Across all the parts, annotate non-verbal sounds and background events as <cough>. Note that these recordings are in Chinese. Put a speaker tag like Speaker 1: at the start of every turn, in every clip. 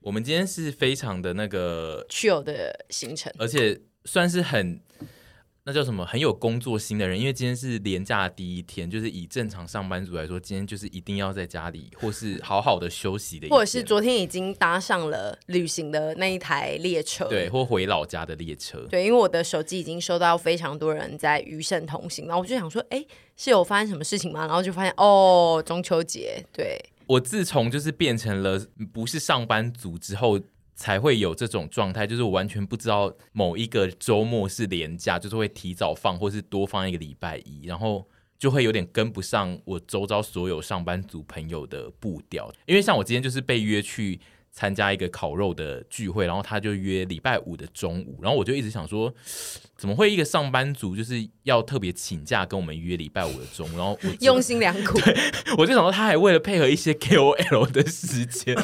Speaker 1: 我们今天是非常的那个，
Speaker 2: chill 的行程，
Speaker 1: 而且算是很那叫什么很有工作心的人，因为今天是连假的第一天，就是以正常上班族来说，今天就是一定要在家里或是好好的休息的一天，
Speaker 2: 或者是昨天已经搭上了旅行的那一台列车。
Speaker 1: 对或回老家的列车。
Speaker 2: 对因为我的手机已经收到非常多人在余盛同行，然后我就想说，哎，是有发生什么事情吗？然后就发现哦，中秋节，对，
Speaker 1: 我自从就是变成了呃不是上班族之后。才会有这种状态，就是我完全不知道某一个周末是连假，就是会提早放，或是多放一个礼拜一，然后就会有点跟不上我周遭所有上班族朋友的步调。因为像我今天就是被约去参加一个烤肉的聚会，然后他就约礼拜五的中午，然后我就一直想说，怎么会一个上班族就是要特别请假跟我们约礼拜五的中午？然后我就
Speaker 2: 用心良
Speaker 1: <laughs>
Speaker 2: 苦，
Speaker 1: 我就想说，他还为了配合一些 KOL 的时
Speaker 2: <laughs>
Speaker 1: 间，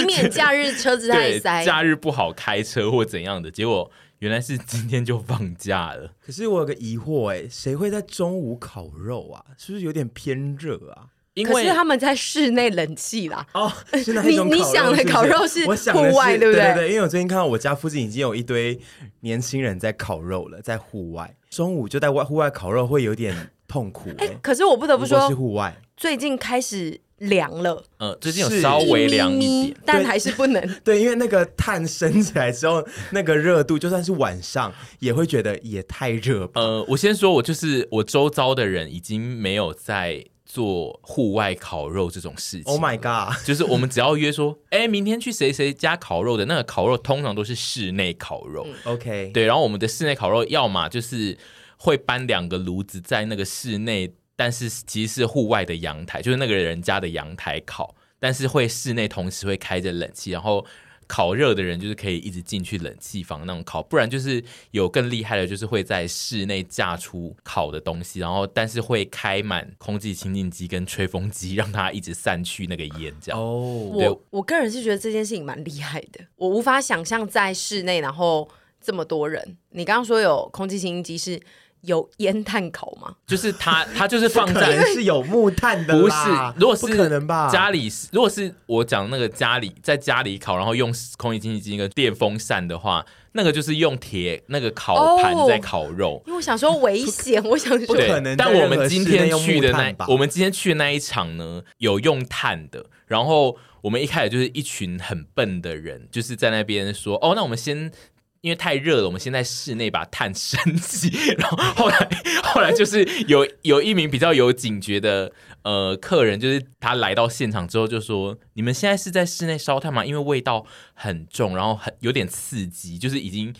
Speaker 2: 以免假日车子太
Speaker 1: 对，
Speaker 2: 塞。
Speaker 1: 假日不好开车或怎样的，结果原来是今天就放假了。
Speaker 3: 可是我有个疑惑、哎，谁会在中午烤肉啊？是不是有点偏热啊？
Speaker 1: 因
Speaker 2: 可
Speaker 1: 为
Speaker 2: 是他们在室内冷气啦，
Speaker 3: 哦，是那一种
Speaker 2: 你你
Speaker 3: 烤肉
Speaker 2: 想的
Speaker 3: 是不是
Speaker 2: 烤肉是
Speaker 3: 我想的
Speaker 2: 户外
Speaker 3: 是
Speaker 2: 对
Speaker 3: 对
Speaker 2: 不对
Speaker 3: 对对，因为我最近看到我家附近已经有一堆年轻人在烤肉了，在户外，中午就在外户外烤肉会有点痛苦、哎、
Speaker 2: 可是我不得不
Speaker 3: 如果是
Speaker 2: 说，
Speaker 3: 户外，
Speaker 2: 最近开始凉了，
Speaker 1: 呃，最近有
Speaker 3: 是
Speaker 1: 稍微凉
Speaker 2: 咪
Speaker 1: 一
Speaker 2: 咪
Speaker 1: 点，
Speaker 2: 但
Speaker 3: 对
Speaker 2: 还是不能。
Speaker 3: 对，因为那个炭升起来之后，那个热度就算是晚上也会觉得也太热吧。
Speaker 1: 呃，我先说，我就是我周遭的人已经没有在做户外烤肉这种事情。
Speaker 3: Oh my god！
Speaker 1: 就是我们只要约说，哎、明天去谁谁家烤肉的那个烤肉，通常都是室内烤肉。
Speaker 2: 嗯
Speaker 3: OK，
Speaker 1: 对，然后我们的室内烤肉，要么就是会搬两个炉子在那个室内，但是其实是户外的阳台，就是那个人家的阳台烤，但是会室内同时会开着冷气，然后。烤热的人就是可以一直进去冷气房那种烤，不然就是有更厉害的，就是会在室内架出烤的东西，然后但是会开满空气清净机跟吹风机，让它一直散去那个烟，这样。
Speaker 3: 哦，
Speaker 1: 对
Speaker 2: 我我个人是觉得这件事情蛮厉害的，我无法想象在室内，然后这么多人。你刚刚说有空气清新机是有烟炭烤吗？
Speaker 1: 就是它，它就是放
Speaker 3: <laughs> 可
Speaker 1: 在
Speaker 3: 能是有木炭的
Speaker 1: 不是
Speaker 3: 啦，
Speaker 1: 如果是
Speaker 3: 不可能吧？
Speaker 1: 家里如果是我讲那个家里在家里烤，然后用空气清新机跟电风扇的话，那个就是用铁那个烤盘
Speaker 2: 哦
Speaker 1: 在烤肉。
Speaker 2: 因为我想说危
Speaker 1: <laughs>
Speaker 2: 险，我想
Speaker 3: 不
Speaker 2: 说
Speaker 3: 可
Speaker 1: 对，
Speaker 3: 能在
Speaker 1: 但
Speaker 3: 任
Speaker 1: 我们
Speaker 3: 何
Speaker 1: 今
Speaker 3: 室
Speaker 1: 天
Speaker 3: 内用
Speaker 1: 去
Speaker 3: 木
Speaker 1: 的
Speaker 3: 炭
Speaker 1: 那
Speaker 3: 吧
Speaker 1: 我们今天去的那一场呢，有用炭的，然后我们一开始就是一群很笨的人，就是在那边说，哦，那我们先。因为太热了，我们先在室内把炭升起，然后后来后来就是有有一名比较有警觉的呃客人，就是他来到现场之后就说：“你们现在是在室内烧炭吗？因为味道很重，然后很有点刺激，就是已经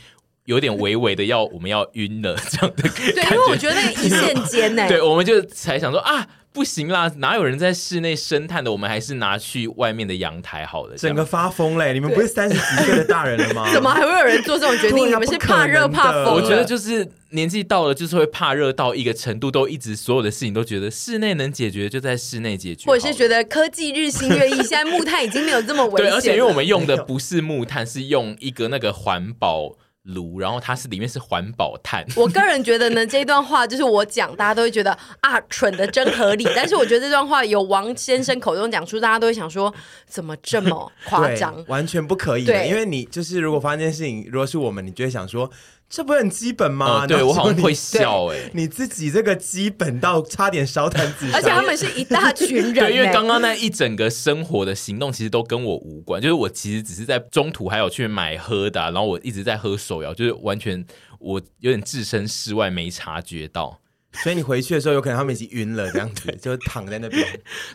Speaker 1: 有点微微的要我们要晕了这样的
Speaker 2: 对，因为我觉得那个一线间呢、
Speaker 1: <laughs> 对，我们就才想说啊，不行啦，哪有人在室内生炭的？我们还是拿去外面的阳台好了。这
Speaker 3: 整
Speaker 1: 样
Speaker 3: 个发疯嘞！你们不是三十几岁的大人了吗？
Speaker 2: 怎么还会有人 <laughs> 做这种决定？
Speaker 3: 对啊
Speaker 2: 你们是怕热
Speaker 3: 不可能
Speaker 2: 怕
Speaker 3: 的
Speaker 2: 风？
Speaker 1: 我觉得就是年纪到了，就是会怕热到一个程度，都一直所有的事情都觉得室内能解决就在室内解决好
Speaker 2: 或
Speaker 1: 了，
Speaker 2: 者是觉得科技日新月异，现在木炭已经没有这么危险
Speaker 1: 对，
Speaker 2: 了。
Speaker 1: 而且因为我们用的不是木炭，是用一个那个环保炉，然后它是里面是环保炭。
Speaker 2: 我个人觉得呢，这一段话就是我讲，大家都会觉得啊，蠢的真合理。但是我觉得这段话由王先生口中讲出，大家都会想说，怎么这么夸
Speaker 3: 对，
Speaker 2: 张？
Speaker 3: 完全不可以
Speaker 2: 对
Speaker 3: 的，因为你就是如果发生这件事情，如果是我们，你就会想说，这不是很基本吗？
Speaker 1: 呃对
Speaker 3: 然后
Speaker 1: 我好像
Speaker 3: 你
Speaker 1: 会笑欸
Speaker 3: 对你自己这个基本到差点烧炭自杀，
Speaker 2: 而且他们是一大群人、
Speaker 1: 对，因为
Speaker 2: 欸
Speaker 1: 刚刚那一整个生活的行动其实都跟我无关，就是我其实只是在中途还有去买喝的啊、然后我一直在喝手摇，就是完全我有点置身事外没察觉到。
Speaker 3: 所以你回去的时候，有可能他们已经晕了，这样
Speaker 2: <laughs>
Speaker 3: 子就躺在那边。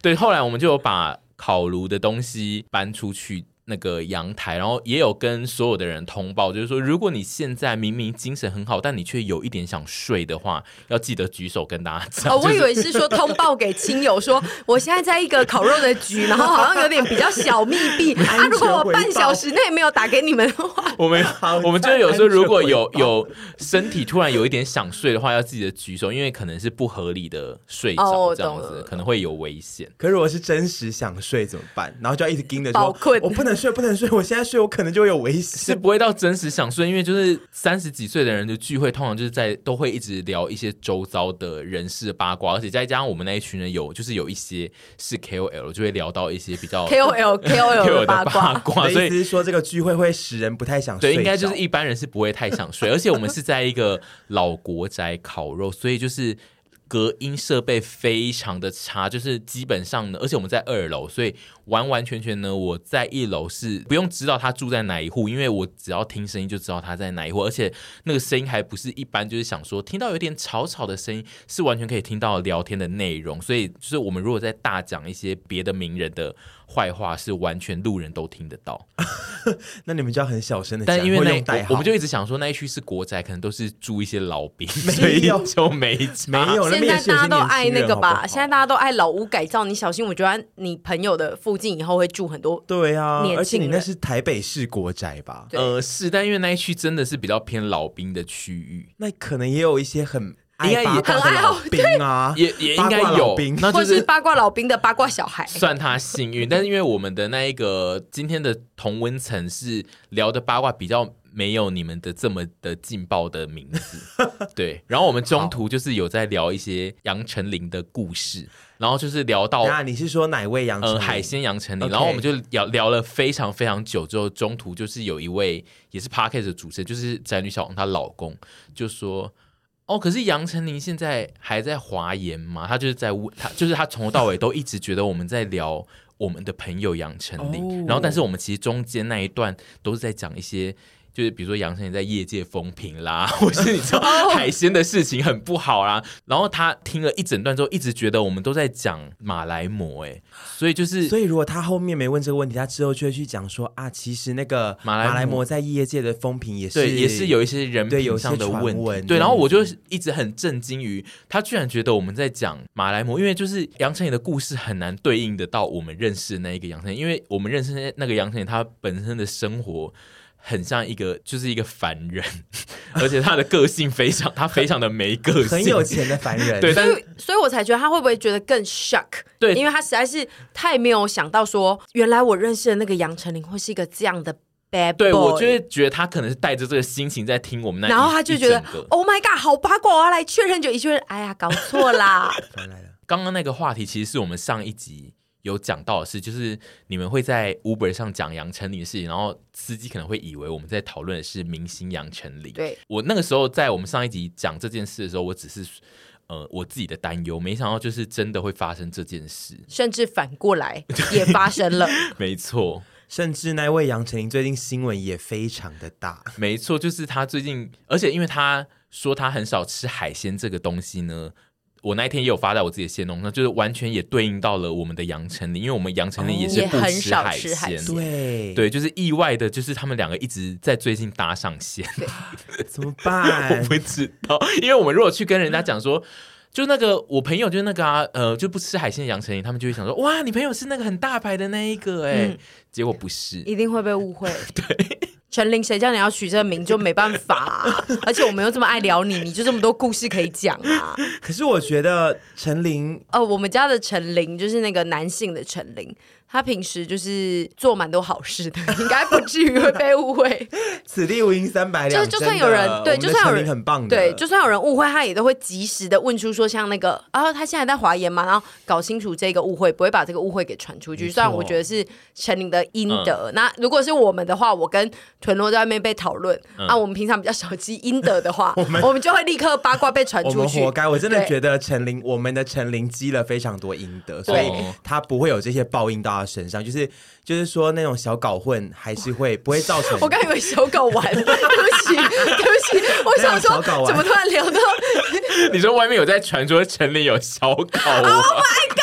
Speaker 1: 对，后来我们就有把烤炉的东西搬出去。那个阳台，然后也有跟所有的人通报，就是说，如果你现在明明精神很好，但你却有一点想睡的话，要记得举手跟大家讲。
Speaker 2: 哦，我以为是说通报给亲友说，我现在在一个烤肉的局，然后好像有点比较小密闭。啊，如果我半小时内没有打给你们的话，
Speaker 1: 我
Speaker 2: <laughs>
Speaker 1: 们
Speaker 3: 好
Speaker 1: 我们就是有时候如果有
Speaker 3: 安全回
Speaker 1: 有身体突然有一点想睡的话，要记得举手，因为可能是不合理的睡
Speaker 2: 哦
Speaker 1: 着
Speaker 2: 我
Speaker 1: 这样
Speaker 2: 懂
Speaker 1: 子，
Speaker 2: 了
Speaker 1: 可能会有危险。
Speaker 3: 可是如果是真实想睡怎么办？然后就要一直盯着
Speaker 2: 暴
Speaker 3: 说
Speaker 2: 困，
Speaker 3: 我不能睡，不能睡，我现在睡我可能就会有危
Speaker 1: <laughs> 是
Speaker 3: 险。
Speaker 1: 不会到真实想睡，因为就是三十几岁的人的聚会，通常就是在都会一直聊一些周遭的人事八卦，而且再加上我们那一群人有就是有一些是 KOL，就会聊到一些比较
Speaker 2: KOL KOL 的八
Speaker 1: 八
Speaker 2: 卦，
Speaker 1: 卦，
Speaker 3: 你
Speaker 1: 所
Speaker 3: 的意
Speaker 1: 以
Speaker 3: 思是说这个聚会会使人不太想睡
Speaker 1: 对，
Speaker 3: 着？
Speaker 1: 应该就是一般人是不会太想
Speaker 3: <laughs>
Speaker 1: 睡，而且我们是在一个老国宅烤肉，所以就是隔音设备非常的差，就是基本上呢，而且我们在二楼，所以完完全全呢，我在一楼是不用知道他住在哪一户，因为我只要听声音就知道他在哪一户，而且那个声音还不是一般，就是想说听到有点吵吵的声音，是完全可以听到聊天的内容，所以就是我们如果在大讲一些别的名人的坏话，是完全路人都听得到。
Speaker 3: 那你们就要很小声的讲，
Speaker 1: 但因为
Speaker 3: 或
Speaker 1: 那
Speaker 3: 用代
Speaker 1: 我
Speaker 3: 号
Speaker 1: 我们就一直想说那一区是国宅，可能都是住一些老兵，
Speaker 3: <laughs> 没
Speaker 1: 所以
Speaker 3: 有
Speaker 1: 就没差
Speaker 3: 没有，那
Speaker 2: 现
Speaker 3: 边也
Speaker 2: 在
Speaker 3: 是有
Speaker 2: 大
Speaker 3: 些
Speaker 2: 家都爱
Speaker 3: 年轻
Speaker 2: 那
Speaker 3: 人
Speaker 2: 个吧？
Speaker 3: 好不好
Speaker 2: 现在大家都爱老屋改造，你小心，我觉得你朋友的附近以后会住很多。
Speaker 3: 对啊
Speaker 2: 年轻，人
Speaker 3: 而且你那是台北市国宅吧？
Speaker 1: <laughs>
Speaker 2: 对
Speaker 1: 呃，是，但因为那一区真的是比较偏老兵的区域，
Speaker 3: 那可能也有一些很
Speaker 1: 应该
Speaker 3: 爱
Speaker 1: 也
Speaker 3: 八
Speaker 2: 哎
Speaker 3: 卦
Speaker 2: 很
Speaker 3: 的
Speaker 2: 爱
Speaker 3: 老
Speaker 2: 哦
Speaker 3: 兵啊，
Speaker 1: 也也应该
Speaker 3: 八卦
Speaker 1: 有
Speaker 3: 老兵，
Speaker 1: 那
Speaker 2: 或
Speaker 1: 啊就是是
Speaker 2: 八卦老兵的八卦小孩，
Speaker 1: 算他幸运。但是因为我们的那一个今天的同温层是聊的八卦比较没有你们的这么的劲爆的名
Speaker 3: <laughs>
Speaker 1: 字，对。然后我们中途就是有在聊一些杨丞琳的故事，然后就是聊到
Speaker 3: 那你是说哪位杨丞
Speaker 1: 呃，
Speaker 3: 琳
Speaker 1: 海鲜杨丞琳，
Speaker 3: OK
Speaker 1: 然后我们就聊聊了非常非常久，之后中途就是有一位也是 p a r k e t 的主持人，就是宅女小红她老公就说。哦，可是杨丞琳现在还在华研吗？她就是在问，她就是她从头到尾都一直觉得我们在聊我们的朋友杨丞琳，
Speaker 3: 哦
Speaker 1: 然后但是我们其实中间那一段都是在讲一些，就是比如说杨丞琳在业界风评啦， <laughs> 或是你知道海鲜的事情很不好啦，然后她听了一整段之后，一直觉得我们都在讲马来貘，哎，所以就是
Speaker 3: 所以，如果他后面没问这个问题，他之后就会去讲说啊，其实那个
Speaker 1: 马来
Speaker 3: 马来
Speaker 1: 姆
Speaker 3: 貘在业界的风评也是
Speaker 1: 对，也是有一些人
Speaker 3: 对有
Speaker 1: 品
Speaker 3: 一
Speaker 1: 上
Speaker 3: 些
Speaker 1: 的问
Speaker 3: 传
Speaker 1: 题。
Speaker 3: 闻
Speaker 1: 对，然后我就一直很震惊于他居然觉得我们在讲马来貘，因为就是杨丞琳的故事很难对应得到我们认识的那一个杨丞琳，因为我们认识的那个杨丞琳，她本身的生活。很像一个，就是一个凡人， <laughs> 而且她的个性非常，她非常的没个性，
Speaker 3: 很有钱的凡
Speaker 1: <laughs>
Speaker 3: 人。
Speaker 1: 对
Speaker 2: 所
Speaker 1: 但
Speaker 2: 以所以我才觉得他会不会觉得更 shock？
Speaker 1: 对
Speaker 2: 因为他实在是太没有想到说，原来我认识的那个杨丞琳会是一个这样的 bad boy。
Speaker 1: 对我就会觉得她可能是带着这个心情在听我们那一，
Speaker 2: 然后他就觉得
Speaker 1: 一整个
Speaker 2: ，Oh my god，好八卦，我要来确认就一确认，哎呀，搞
Speaker 1: <laughs>
Speaker 2: 错啦，
Speaker 3: 凡人来了，
Speaker 1: 刚刚那个话题其实是我们上一集有讲到的事，就是你们会在 Uber 上讲杨丞琳的事情，然后司机可能会以为我们在讨论的是明星杨丞琳。
Speaker 2: 对，
Speaker 1: 我那个时候在我们上一集讲这件事的时候，我只是呃我自己的担忧，没想到就是真的会发生这件
Speaker 2: <laughs>
Speaker 1: 事。
Speaker 2: 甚至反过来也发生
Speaker 1: <laughs>
Speaker 2: 了。
Speaker 1: 没错，
Speaker 3: 甚至那位杨丞琳最近新闻也非常的大，
Speaker 1: 没错，就是他最近，而且因为他说他很少吃海鲜这个东西呢。我那一天也有发在我自己的线动上，就是完全也对应到了我们的杨丞琳，因为我们杨丞琳
Speaker 3: 哦
Speaker 1: 也是
Speaker 2: 也
Speaker 1: 不
Speaker 2: 很少吃海
Speaker 1: 鲜
Speaker 2: 鲜
Speaker 1: 的
Speaker 3: 对，
Speaker 1: 对，就是意外的，就是他们两个一直在最近搭上线， <laughs>
Speaker 3: 怎么
Speaker 1: 我
Speaker 3: 办？
Speaker 1: 不知道，因为我们如果去跟人家讲说。就那个我朋友就是那个啊，呃，就不吃海鲜的杨丞琳，他们就会想说，哇，你朋友是那个很大牌的那一个哎、
Speaker 2: 嗯
Speaker 1: 结果不是，
Speaker 2: 一定会被误会。对，陈琳，谁叫你要取这个名就没办法啊、而且我们又这么爱聊你，你就这么多故事可以讲啊。
Speaker 3: 可是我觉得陈琳
Speaker 2: 呃，我们家的陈琳就是那个男性的陈琳，他平时就是做蛮多好事的， <laughs> 应该不至于会被误会。
Speaker 3: 此地无银三百
Speaker 2: 就
Speaker 3: 两，
Speaker 2: 是就算
Speaker 3: 真的
Speaker 2: 有人对
Speaker 3: 我们的
Speaker 2: 就算有人
Speaker 3: 陈琳很棒的，
Speaker 2: 对，就算有人误会，他也都会及时的问出说，像那个，然、后他现在在华研嘛，然后搞清楚这个误会，不会把这个误会给传出去。
Speaker 3: 没错嗯
Speaker 2: 虽然我觉得是陈琳的阴德，那如果是我们的话，我跟屯罗在外面被讨论、
Speaker 3: 嗯
Speaker 2: 啊，我们平常比较少记阴德的
Speaker 3: <laughs>
Speaker 2: 话，我们就会立刻八卦被传
Speaker 3: 我
Speaker 2: 出
Speaker 3: 们
Speaker 2: 去。
Speaker 3: 活该。我真的
Speaker 2: 对
Speaker 3: 觉得陈琳，我们的陈琳积了非常多阴德，所以
Speaker 1: 对
Speaker 3: 她不会有这些报应到她身上。就是就是说，那种小搞混还是会不会造成
Speaker 2: <laughs> 我刚以为小狗玩， <laughs> 对不起，对不起，我想说
Speaker 3: 没有小狗玩
Speaker 2: 怎么突然聊到
Speaker 1: <laughs> 你说外面有在传说陈琳有小狗啊， <laughs>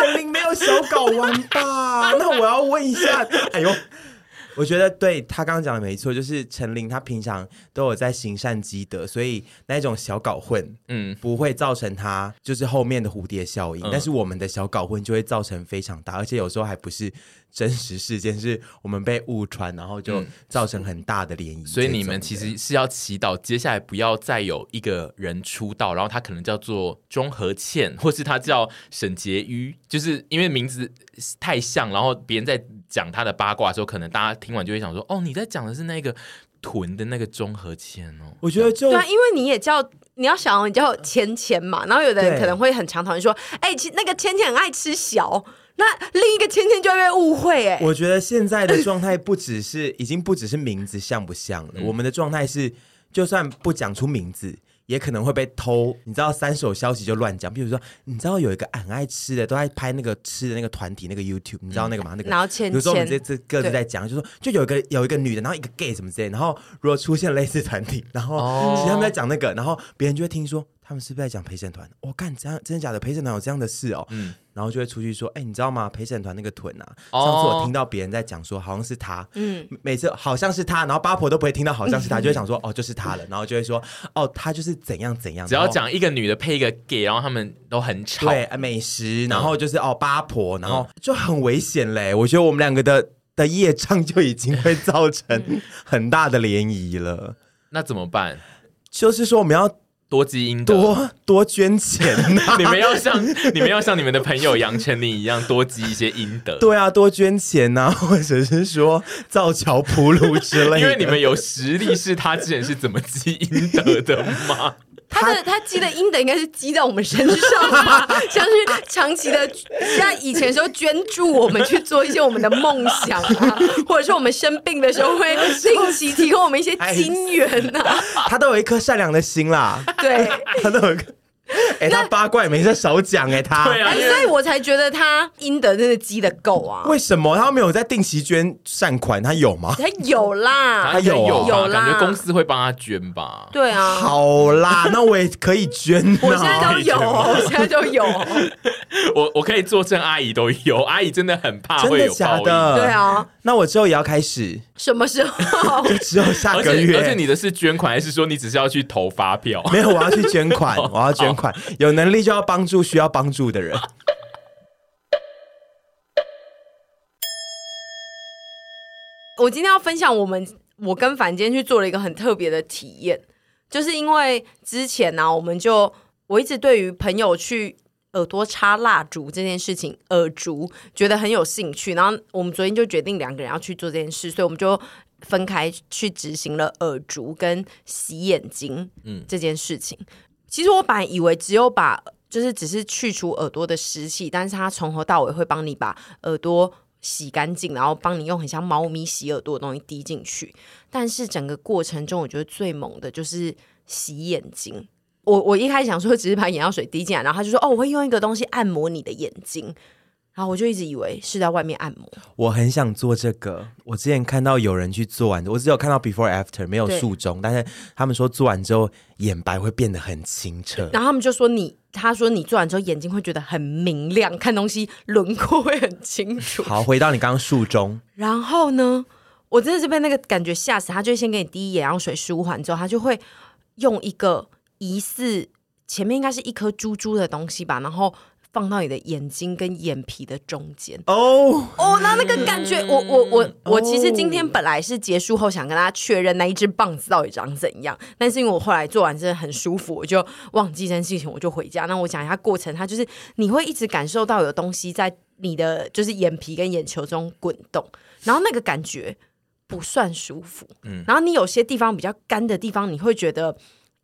Speaker 3: 陈琳没有小搞完吧？
Speaker 1: <laughs>
Speaker 3: 那我要问一下，哎呦。我觉得对他刚刚讲的没错，就是陈琳她平常都有在行善积德，所以那种小搞混
Speaker 1: 嗯，
Speaker 3: 不会造成她就是后面的蝴蝶效应，
Speaker 1: 嗯
Speaker 3: 但是我们的小搞混就会造成非常大，而且有时候还不是真实事件，是我们被误传，然后就
Speaker 1: 嗯
Speaker 3: 造成很大的涟漪。
Speaker 1: 所以你们
Speaker 3: 这种的
Speaker 1: 其实是要祈祷，接下来不要再有一个人出道，然后他可能叫做钟和倩，或是他叫沈婕妤，就是因为名字太像，然后别人在讲他的八卦的时候，可能大家听完就会想说，哦，你在讲的是那个臀的那个综合签哦。
Speaker 3: 我觉得就
Speaker 2: 对啊，因为你也叫你要想，你叫芊芊嘛，然后有的人
Speaker 3: 对
Speaker 2: 可能会很常讨论说，哎、其那个芊芊很爱吃小，那另一个芊芊就会被误会、哎，
Speaker 3: 我觉得现在的状态不只是，已经不只是名字像不像了，我们的状态是，就算不讲出名字，也可能会被偷。你知道三手消息就乱讲，比如说，嗯你知道有一个很爱吃的，都在拍那个吃的那个团体那个 YouTube，你知道那个吗？那个，
Speaker 2: 然后芊
Speaker 3: 比如说我们这
Speaker 2: 芊
Speaker 3: 这各自在讲，就说就有一个有一个女的，然后一个 gay 什么之类的，然后如果出现类似团体，然后
Speaker 1: 哦
Speaker 3: 其实他们在讲那个，然后别人就会听说他们是不是在讲陪审团？我、干，这样真的假的？陪审团有这样的事哦。
Speaker 1: 嗯
Speaker 3: 然后就会出去说，哎、你知道吗？陪审团那个臀啊，
Speaker 1: 哦
Speaker 3: 上次我听到别人在讲说，好像是他，
Speaker 2: 嗯，
Speaker 3: 每次好像是他，然后八婆都不会听到好像是他，就会想说，哦，就是他了，然后就会说，哦，他就是怎样怎样，
Speaker 1: 只要
Speaker 3: 然后
Speaker 1: 讲一个女的配一个 gay，然后他们都很吵。
Speaker 3: 对呃美
Speaker 1: 嗯
Speaker 3: 食，然后就是、哦八婆，然后就很危险嘞。我觉得我们两个的的业障就已经会造成很大的涟漪了。
Speaker 1: 那怎么办？
Speaker 3: 就是说，我们要
Speaker 1: 多基因的，
Speaker 3: 多多捐钱呐、
Speaker 1: 啊 <laughs> 你们要像你们要像你们的朋友杨丞琳一样，多积一些阴德。
Speaker 3: 对啊，多捐钱呐、或者是说造桥铺路之类的。
Speaker 1: 因为你们有实力，是他之前是怎么积阴德的
Speaker 3: <laughs>
Speaker 1: 吗？
Speaker 2: 他的他积的阴德应该是积到我们身上吧，像是长期的，像以前的时候捐助我们去做一些我们的梦想啊，或者是我们生病的时候会定期提供我们一些金元啊，
Speaker 3: 他都有一颗善良的心啦，
Speaker 2: 对，
Speaker 3: <laughs> 他都有一颗。哎、他八卦也没在少讲哎、他
Speaker 1: 对啊
Speaker 2: 哎，所以我才觉得他阴德真的积的够啊，
Speaker 3: 为什么他没有在定期捐善款？他有吗？ <laughs>
Speaker 2: 他有啦，
Speaker 1: 他有
Speaker 3: 有啊
Speaker 1: 吧
Speaker 2: 有啦
Speaker 1: 感觉公司会帮他捐
Speaker 3: <laughs>
Speaker 1: 吧。
Speaker 2: 对啊，
Speaker 3: 好
Speaker 1: <laughs>
Speaker 3: 啦，那我也可以捐、呐。
Speaker 2: <laughs> 我现在都有哦，我现在都有哦，
Speaker 1: 我我可以作证，阿姨都有，阿姨真的很怕
Speaker 3: 真
Speaker 1: 会
Speaker 3: 的
Speaker 1: 有报
Speaker 3: 假
Speaker 1: 应。
Speaker 3: 的？
Speaker 2: 对啊，
Speaker 3: 那我之后也要开始，
Speaker 2: 什么时候？ <laughs>
Speaker 3: 就只有下
Speaker 1: 而
Speaker 3: 个
Speaker 1: 且
Speaker 3: 月。
Speaker 1: 而且你的是捐款，还是说你只是要去投发票？
Speaker 3: <laughs> 没有，我要去
Speaker 1: <laughs>
Speaker 3: 捐款，我要捐款，有能力就要帮助需要帮助的人。
Speaker 2: 我今天要分享我们我跟凡今天去做了一个很特别的体验，就是因为之前呢、我们就我一直对于朋友去耳朵插蜡烛这件事情，耳烛觉得很有兴趣，然后我们昨天就决定两个人要去做这件事，所以我们就。分开去执行了耳烛跟洗眼睛，嗯，这件事情。其实我本来以为只有把就是只是去除耳朵的湿气，但是它从头到尾会帮你把耳朵洗干净，然后帮你用很像猫咪洗耳朵的东西滴进去。但是整个过程中，我觉得最猛的就是洗眼睛。我我一开始想说只是把眼药水滴进来，然后他就说哦，我会用一个东西按摩你的眼睛，然后我就一直以为是在外面按摩，
Speaker 3: 我很想做这个，我之前看到有人去做完，我只有看到 before after，没有
Speaker 2: 对
Speaker 3: 术中，但是他们说做完之后眼白会变得很清澈。
Speaker 2: 然后他们就说你，他说你做完之后眼睛会觉得很明亮，看东西轮廓会很清楚。
Speaker 3: 好，回到你刚刚术中，
Speaker 2: 然后呢，我真的是被那个感觉吓死。他就先给你滴眼药水舒缓，之后他就会用一个疑似前面应该是一颗珠珠的东西吧，然后放到你的眼睛跟眼皮的中间。
Speaker 3: 哦，
Speaker 2: 哦，那那个感觉，我我我我其实
Speaker 3: 哦
Speaker 2: 今天本来是结束后想跟大家确认那一只棒子到底长怎样，但是因为我后来做完真的很舒服，我就忘记这件事情，我就回家。那我讲一下过程，它就是你会一直感受到有东西在你的就是眼皮跟眼球中滚动，然后那个感觉不算舒服，嗯，然后你有些地方比较干的地方，你会觉得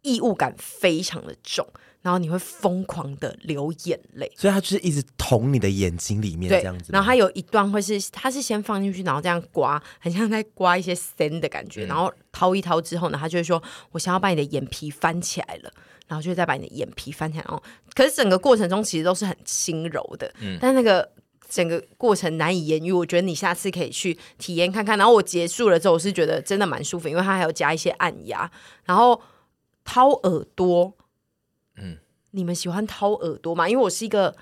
Speaker 2: 异物感非常的重，然后你会疯狂的流眼泪。
Speaker 3: 所以他就是一直捅你的眼睛里面
Speaker 2: 对，
Speaker 3: 这样子吗，
Speaker 2: 然后它有一段会是，它是先放进去，然后这样刮，很像在刮一些森的感
Speaker 3: 嗯
Speaker 2: 觉，然后掏一掏之后呢，它就会说：“我想要把你的眼皮翻起来了。”然后就再把你的眼皮翻起来，然后可是整个过程中其实都是很轻柔的，
Speaker 3: 嗯
Speaker 2: 但那个整个过程难以言喻。我觉得你下次可以去体验看看。然后我结束了之后，我是觉得真的蛮舒服，因为它还有加一些按压，然后掏耳朵，嗯
Speaker 1: 嗯，
Speaker 2: 你们喜欢掏耳朵吗？因为我是一个，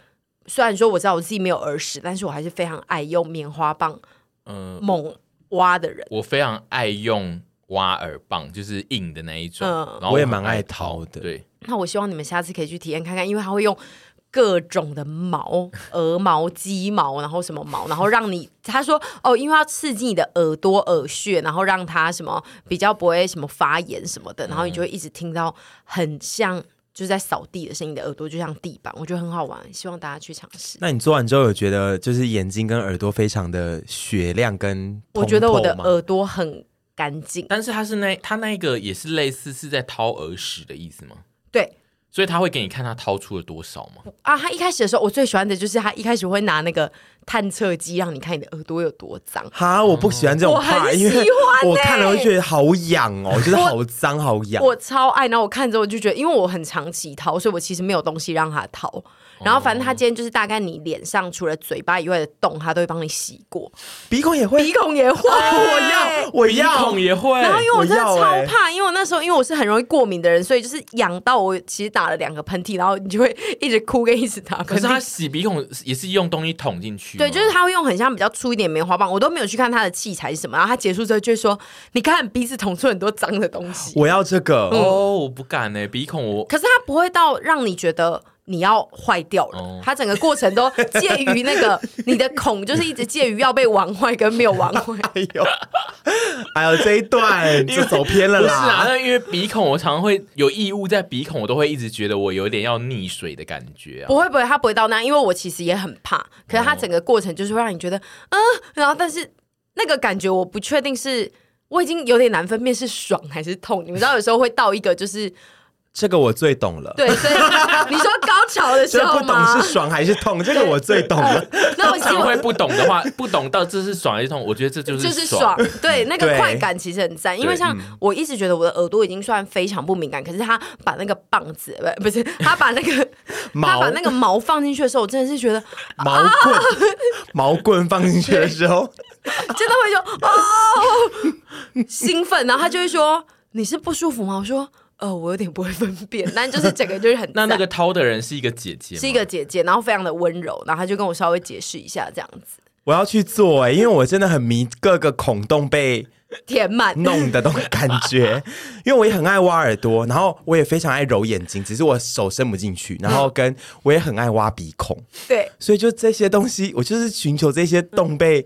Speaker 2: 虽然说我知道我自己没有耳屎，但是我还是非常爱用棉花棒
Speaker 1: 嗯、
Speaker 2: 猛挖的人。
Speaker 1: 我非常爱用挖耳棒，就是硬的那一种。
Speaker 2: 嗯
Speaker 1: 然后
Speaker 3: 我也
Speaker 1: 很
Speaker 3: 蛮爱
Speaker 1: 爱
Speaker 3: 掏的
Speaker 1: 对，
Speaker 2: 那我希望你们下次可以去体验看看，因为它会用。各种的毛，鹅毛、鸡毛，然后什么毛，然后让你他说哦，因为要刺激你的呃耳朵、耳穴，然后让它什么比较不会什么发炎什么的，然后你就会一直听到很像就是在扫地的声音，你的耳朵就像地板，我觉得很好玩，希望大家去尝试。
Speaker 3: 那你做完之后有觉得就是眼睛跟耳朵非常的雪亮跟
Speaker 2: 我觉得我的
Speaker 3: 通透吗
Speaker 2: 耳朵很干净，
Speaker 1: 但是他是那他那一个也是类似是在掏耳屎的意思吗？
Speaker 2: 对，
Speaker 1: 所以他会给你看他掏出了多少吗？
Speaker 2: 啊，他一开始的时候，我最喜欢的就是他一开始会拿那个探测机让你看你的耳朵有多脏。
Speaker 3: 哈，我不喜欢这种
Speaker 2: 哦我很
Speaker 3: 怕，因为
Speaker 2: 喜欢
Speaker 3: 我
Speaker 2: 欸
Speaker 3: 看了会觉得好痒哦，就是好脏好痒。
Speaker 2: 我超爱，然后我看之后我就觉得，因为我很长期掏，所以我其实没有东西让他掏。然后反正他今天就是大概你脸上除了嘴巴以外的洞，他都会帮你洗过，
Speaker 3: 鼻孔也会，哦
Speaker 2: 鼻孔欸也
Speaker 3: <laughs>
Speaker 2: 会。
Speaker 3: 哎
Speaker 2: <laughs>
Speaker 3: 我要，我
Speaker 1: 鼻
Speaker 3: 要
Speaker 1: 孔。也会，
Speaker 2: 然后因为我真的
Speaker 3: 我
Speaker 2: 超
Speaker 3: 要欸
Speaker 2: 怕，因为我那时候因为我是很容易过敏的人，所以就是痒到我其实打了两个喷嚏，然后你就会一直哭跟一直打
Speaker 1: 可
Speaker 2: 喷
Speaker 1: 是他
Speaker 2: 嚏。
Speaker 1: 洗鼻孔也是用东西捅进去吗，
Speaker 2: 对，就是他会用很像比较粗一点的棉花棒，我都没有去看他的器材是什么。然后他结束之后就会说：“你看鼻子捅出很多脏的东西。”
Speaker 3: 我要这个，
Speaker 2: 嗯
Speaker 1: 哦，我不敢呢，鼻孔我
Speaker 2: 可是它不会到让你觉得你要坏掉了，
Speaker 1: 哦
Speaker 2: 它整个过程都介于那个你的孔，就是一直介于要被玩坏跟没有玩坏。
Speaker 3: 哎呦， <laughs> 哎呦，这一段就走偏了
Speaker 1: 不是啊，
Speaker 3: 啦。
Speaker 1: 那因为鼻孔我常常会有异物在鼻孔，我都会一直觉得我有点要溺水的感觉啊。
Speaker 2: <laughs> 不会不会，它不会到那样，因为我其实也很怕。可是它整个过程就是会让你觉得，嗯、然后但是那个感觉我不确定是，我已经有点难分辨是爽还是痛。你们知道有时候会到一个就是
Speaker 3: 这个我最懂 <laughs> 了。
Speaker 2: 对，所以你说高潮的时
Speaker 3: 这
Speaker 2: 候
Speaker 3: 不懂
Speaker 2: 吗哦
Speaker 3: 是？爽还是痛，这个我最懂了。
Speaker 2: 那
Speaker 1: 通
Speaker 2: 我希
Speaker 1: 常
Speaker 2: 望
Speaker 1: 会不懂的话， <laughs> 不懂到这是爽还是痛，我觉得这就是
Speaker 2: 就是爽，对那个
Speaker 3: 对
Speaker 2: 快感其实很赞，因为
Speaker 1: 对嗯
Speaker 2: 像我一直觉得我的耳朵已经算非常不敏感，可是他把那个棒子不不是他把那个他
Speaker 3: <laughs> 毛
Speaker 2: 把那个毛放进去的时候，我真的是觉得
Speaker 3: 毛棍，毛棍放进去的时候，
Speaker 2: 真的会说哦兴奋，然后他就会说你是不舒服吗？我说呃我有点不会分辨，但就是整个就是很
Speaker 1: 那那
Speaker 2: 赞
Speaker 1: 个掏的人是一个姐姐吗，
Speaker 2: 是一个姐姐，然后非常的温柔，然后他就跟我稍微解释一下这样子
Speaker 3: 我要去做哎、因为我真的很迷各个孔洞被
Speaker 2: 填满。
Speaker 3: 弄的那种感
Speaker 2: <laughs>
Speaker 3: 觉，因为我也很爱挖耳朵，然后我也非常爱揉眼睛，只是我手伸不进去，然后跟我也很爱挖鼻孔，
Speaker 2: 对，
Speaker 3: 所以就这些东西，我就是寻求这些洞被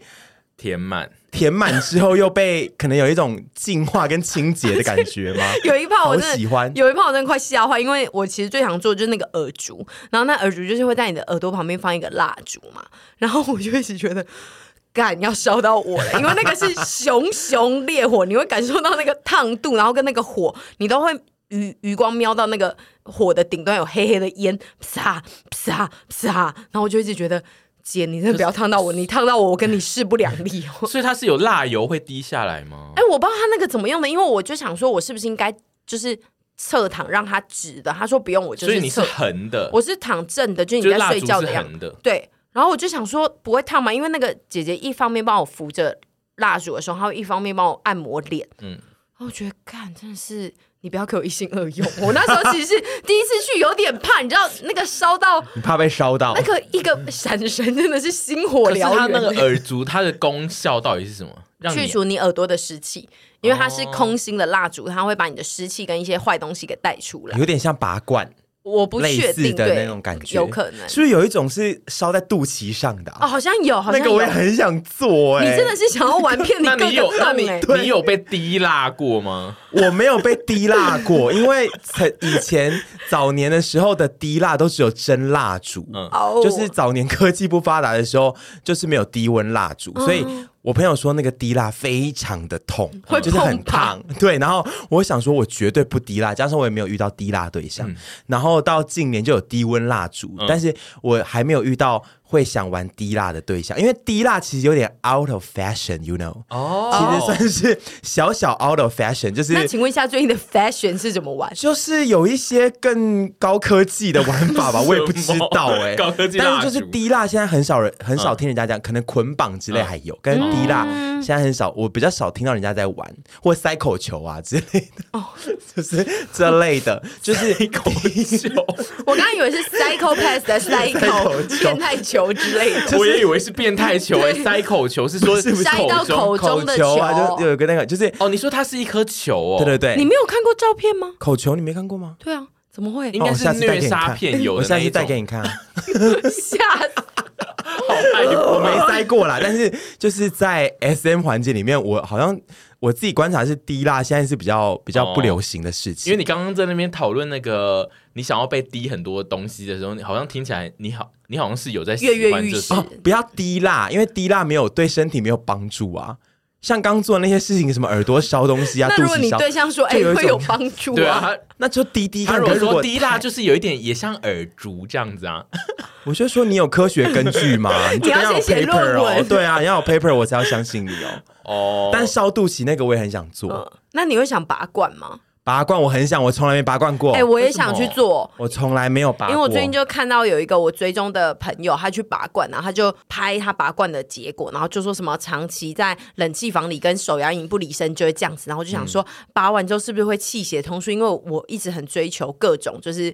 Speaker 1: 填满。
Speaker 3: 填满之后，又被可能有一种净化跟清洁的感觉吗？
Speaker 2: <laughs> 有一炮我真的
Speaker 3: 好喜欢
Speaker 2: 有一炮我真的快吓坏，因为我其实最常做的就是那个耳烛，然后那耳烛就是会在你的耳朵旁边放一个蜡烛嘛，然后我就一直觉得。干要烧到我了，因为那个是熊熊烈火，你会感受到那个烫度，然后跟那个火，你都会余余光瞄到那个火的顶端有黑黑的烟，啪啪啪，然后我就一直觉得姐，你真的不要烫到我，你烫到我，我跟你势不两立哦。
Speaker 1: 所以它是有蜡油会滴下来吗？
Speaker 2: 哎、我不知道他那个怎么用的，因为我就想说，我是不是应该就是侧躺让它直的？他说不用，我就
Speaker 1: 所以你
Speaker 2: 是
Speaker 1: 是
Speaker 2: 侧，
Speaker 1: 横的，
Speaker 2: 我是躺正的，就是
Speaker 1: 就是
Speaker 2: 你在
Speaker 1: 蜡
Speaker 2: 睡
Speaker 1: 烛
Speaker 2: 觉
Speaker 1: 是
Speaker 2: 的样子。
Speaker 1: 横的。
Speaker 2: 对，然后我就想说不会烫嘛，因为那个姐姐一方面帮我扶着蜡烛的时候，她会一方面帮我按摩脸。
Speaker 1: 嗯
Speaker 2: 嗯，然后我觉得干真的是。你不要给我一心二用，我那时候其实是第一次去，有点怕，你知道那个烧到
Speaker 3: 你怕被烧到
Speaker 2: 那？个一个闪神，真的是星火
Speaker 1: 可是
Speaker 2: 燎
Speaker 1: 它
Speaker 2: 原。
Speaker 1: 那个耳烛，它的功效到底是什么？让
Speaker 2: 去
Speaker 1: 你
Speaker 2: 除你耳朵的湿气，因为它是空心的蜡烛，它会把你的湿气跟一些坏东西给带出来。
Speaker 3: 有点像拔罐，
Speaker 2: 我不
Speaker 3: 类
Speaker 2: 确
Speaker 3: 似
Speaker 2: 定
Speaker 3: 的
Speaker 2: 对
Speaker 3: 那种感觉，
Speaker 2: 有可能
Speaker 3: 是不是有一种是烧在肚脐上的、
Speaker 2: 哦，
Speaker 3: 啊？
Speaker 2: 好像有，好
Speaker 3: 那
Speaker 2: 像
Speaker 3: 个
Speaker 2: 有。
Speaker 3: 我也很想做哎、
Speaker 2: 你真的是想要玩遍
Speaker 3: <laughs>
Speaker 2: 你
Speaker 1: 那
Speaker 2: 各个
Speaker 1: 你有
Speaker 2: 洞
Speaker 1: 那你
Speaker 2: 哎、
Speaker 1: 你有被滴蜡过吗？
Speaker 3: 我没有被滴蜡过，因为曾以前早年的时候的滴蜡都只有真蜡烛，
Speaker 1: 嗯
Speaker 2: 哦
Speaker 3: 就是早年科技不发达的时候，就是没有低温蜡烛，
Speaker 2: 嗯
Speaker 3: 所以我朋友说那个滴蜡非常的痛
Speaker 2: 会，
Speaker 3: 就是很
Speaker 2: 碰吧
Speaker 3: 烫， <laughs> 对。然后我想说，我绝对不滴蜡，加上我也没有遇到滴蜡对象，然后到近年就有低温蜡烛，但是我还没有遇到。会想玩滴蜡的对象，因为滴蜡其实有点 out of fashion，you know，
Speaker 1: 哦
Speaker 3: 其实算是小小 out of fashion，就是
Speaker 2: 那请问一下，最近的 fashion 是怎么玩？
Speaker 3: 就是有一些更高科技的玩法
Speaker 1: <laughs>
Speaker 3: 吧，我也不知道哎、
Speaker 1: 高科技蜡烛嗯
Speaker 3: 但是就是滴蜡，现在很少人很少听人家讲，可能捆绑之类还有，跟滴蜡现在很少，我比较少听到人家在玩，或塞口球啊之类的，
Speaker 1: 哦
Speaker 3: <laughs> 就是这类的，就是口球。
Speaker 2: 我刚刚以
Speaker 3: <laughs>
Speaker 2: 为是 psychopath 的 psycho 变态球之类的，
Speaker 1: 我也以为是变态球诶，塞口球是说
Speaker 3: 是不是
Speaker 2: 塞到口
Speaker 1: 中
Speaker 2: 中的
Speaker 3: 球啊，就有一个那个，就是
Speaker 1: 哦，你说它是一颗球哦，
Speaker 3: 对对对，
Speaker 2: 你没有看过照片吗？
Speaker 3: 口球你没看过吗？
Speaker 2: 对啊，怎么会
Speaker 1: 应该
Speaker 3: 哦我下
Speaker 1: 是
Speaker 3: 次带
Speaker 1: 虐
Speaker 3: 给你
Speaker 1: 杀
Speaker 3: 看啊
Speaker 1: 片有
Speaker 3: 我
Speaker 1: 的那
Speaker 3: 下
Speaker 1: 一
Speaker 3: 次带
Speaker 1: 种。
Speaker 3: 给你看啊，
Speaker 2: 吓死？
Speaker 1: 好哎爱
Speaker 3: 我没
Speaker 2: 哦
Speaker 3: 塞过啦，但是就是在 S M 环节里面，我好像我自己观察是滴蜡现在是比较比较不流行的事
Speaker 2: 哦
Speaker 3: 情，
Speaker 1: 因为你刚刚在那边讨论那个你想要被滴很多东西的时候，你好像听起来你好，你好像是有在喜
Speaker 2: 跃跃
Speaker 1: 欢
Speaker 2: 欲
Speaker 1: 这
Speaker 2: 试
Speaker 1: 种
Speaker 3: 哦，不要滴蜡，因为滴蜡没有对身体没有帮助啊。像刚做的那些事情，什么耳朵烧东西啊，
Speaker 2: 那
Speaker 3: 肚
Speaker 2: 如果
Speaker 3: 子
Speaker 2: 你
Speaker 3: 烧，
Speaker 2: 对象说，哎、
Speaker 3: 就有一
Speaker 2: 会
Speaker 3: 种
Speaker 2: 有帮助
Speaker 1: 对
Speaker 2: 啊，
Speaker 1: 啊，
Speaker 3: 那就滴滴
Speaker 1: 他他如
Speaker 3: 看。可
Speaker 1: 果
Speaker 3: 是
Speaker 1: 说滴
Speaker 3: 太
Speaker 1: 蜡，就是有一点也像耳烛这样子啊，
Speaker 3: 我就说你有科学根据嘛，
Speaker 2: <laughs>
Speaker 3: 你就
Speaker 2: 你要
Speaker 3: 要有
Speaker 2: 先写
Speaker 3: paper
Speaker 2: 论
Speaker 3: 哦，
Speaker 2: 文
Speaker 3: 对啊，你要有 paper 我才要相信你哦。
Speaker 1: 哦，
Speaker 3: 但烧肚脐那个我也很想做，
Speaker 2: 嗯，那你会想拔罐吗？
Speaker 3: 拔罐我很想，我从来没拔罐过
Speaker 2: 哎、，我
Speaker 1: 哦
Speaker 2: 也
Speaker 1: 为什么
Speaker 2: 想去做，
Speaker 3: 我从来没有拔
Speaker 2: 因
Speaker 3: 过，
Speaker 2: 为我最近就看到有一个我追踪的朋友，他去拔罐，啊然后他就拍他拔罐的结果，然后就说什么长期在冷气房里跟手摇饮不离身就会这样子，然后我就想说、
Speaker 1: 嗯
Speaker 2: 拔完之后是不是会气血通顺？因为我一直很追求各种就是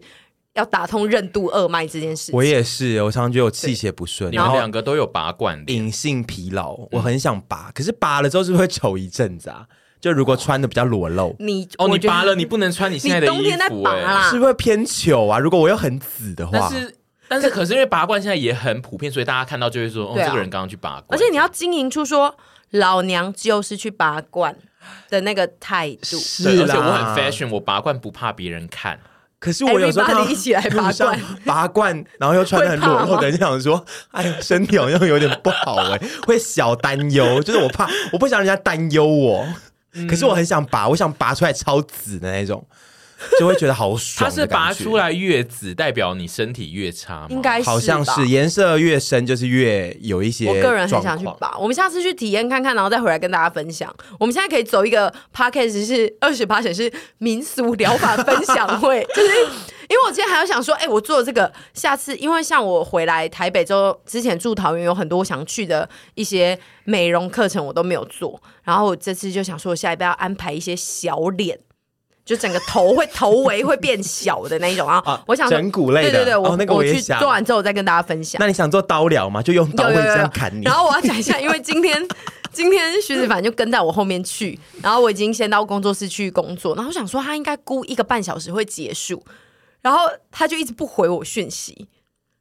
Speaker 2: 要打通任督二脉这件事情。
Speaker 3: 我也是，我常常觉得我气血不顺，
Speaker 1: 你
Speaker 3: 然
Speaker 1: 们
Speaker 3: 后
Speaker 1: 两个都有拔罐的，
Speaker 3: 隐性疲劳，
Speaker 1: 嗯
Speaker 3: 我很想拔，可是拔了之后是不是会丑一阵子啊？就如果穿的比较裸露，
Speaker 2: 你
Speaker 1: 哦，
Speaker 2: 我
Speaker 1: 你
Speaker 2: 觉得
Speaker 1: 拔了，你不能穿你现在的
Speaker 2: 你冬
Speaker 1: 衣
Speaker 2: 天在
Speaker 1: 服
Speaker 2: 拔
Speaker 1: 哎
Speaker 2: 啦，
Speaker 3: 是不是会偏糗啊？如果我又很紫的
Speaker 1: 但
Speaker 3: 话，
Speaker 1: 是但是可是因为拔罐现在也很普遍，所以大家看到就会说，哦，
Speaker 2: 对啊
Speaker 1: 这个人刚刚去拔
Speaker 2: 而
Speaker 1: 罐，
Speaker 2: 且你要经营出说老娘就是去拔罐的那个态度。
Speaker 1: 对，
Speaker 3: 是
Speaker 1: 而且
Speaker 3: 啦，
Speaker 1: 我很 fashion，我拔罐不怕别人看，
Speaker 3: 可是我有时候看
Speaker 2: Everybody 一起来拔
Speaker 3: 路上
Speaker 2: 罐
Speaker 3: 拔 <laughs> 罐，然后又穿的很裸露的，就 <laughs> 想说，哎呀，身体好像有点不好哎、会小担忧，就是我怕 <laughs> 我不想人家担忧我，
Speaker 1: 嗯
Speaker 3: 可是我很想拔，我想拔出来超紫的那种，就会觉得好爽
Speaker 1: 它
Speaker 3: 的
Speaker 1: 是拔
Speaker 3: 感觉
Speaker 1: 出来越紫，代表你身体越差吗？
Speaker 2: 应该是吧
Speaker 3: 好像是颜色越深，就是越有一些
Speaker 2: 我
Speaker 3: 状况。
Speaker 2: 个人很想去拔，我们下次去体验看看，然后再回来跟大家分享。我们现在可以走一个 podcast 是二十八选是民俗疗法分享
Speaker 3: <laughs>
Speaker 2: 会，就是因为我今天还有想说，哎、我做这个，下次因为像我回来台北之后，之前住桃园有很多我想去的一些美容课程我都没有做，然后我这次就想说，我下一步要安排一些小脸。就整个头会头围会变小的那一种啊！然后
Speaker 3: 啊
Speaker 2: 我想说
Speaker 3: 整骨类的
Speaker 2: 对对对，我、
Speaker 3: 哦那个
Speaker 2: 我
Speaker 3: 我也
Speaker 2: 去
Speaker 3: 想
Speaker 2: 做完之后我再跟大家分享。
Speaker 3: 那你想做刀疗吗？就用刀
Speaker 2: 有 <laughs>
Speaker 3: 会
Speaker 2: 有
Speaker 3: 这
Speaker 2: 有有
Speaker 3: 样砍你。
Speaker 2: 然后我要讲一下，因为今天 <laughs> 今天徐子凡就跟在我后面去，然后我已经先到工作室去工作，然后我想说他应该估一个半小时会结束，然后他就一直不回我讯息，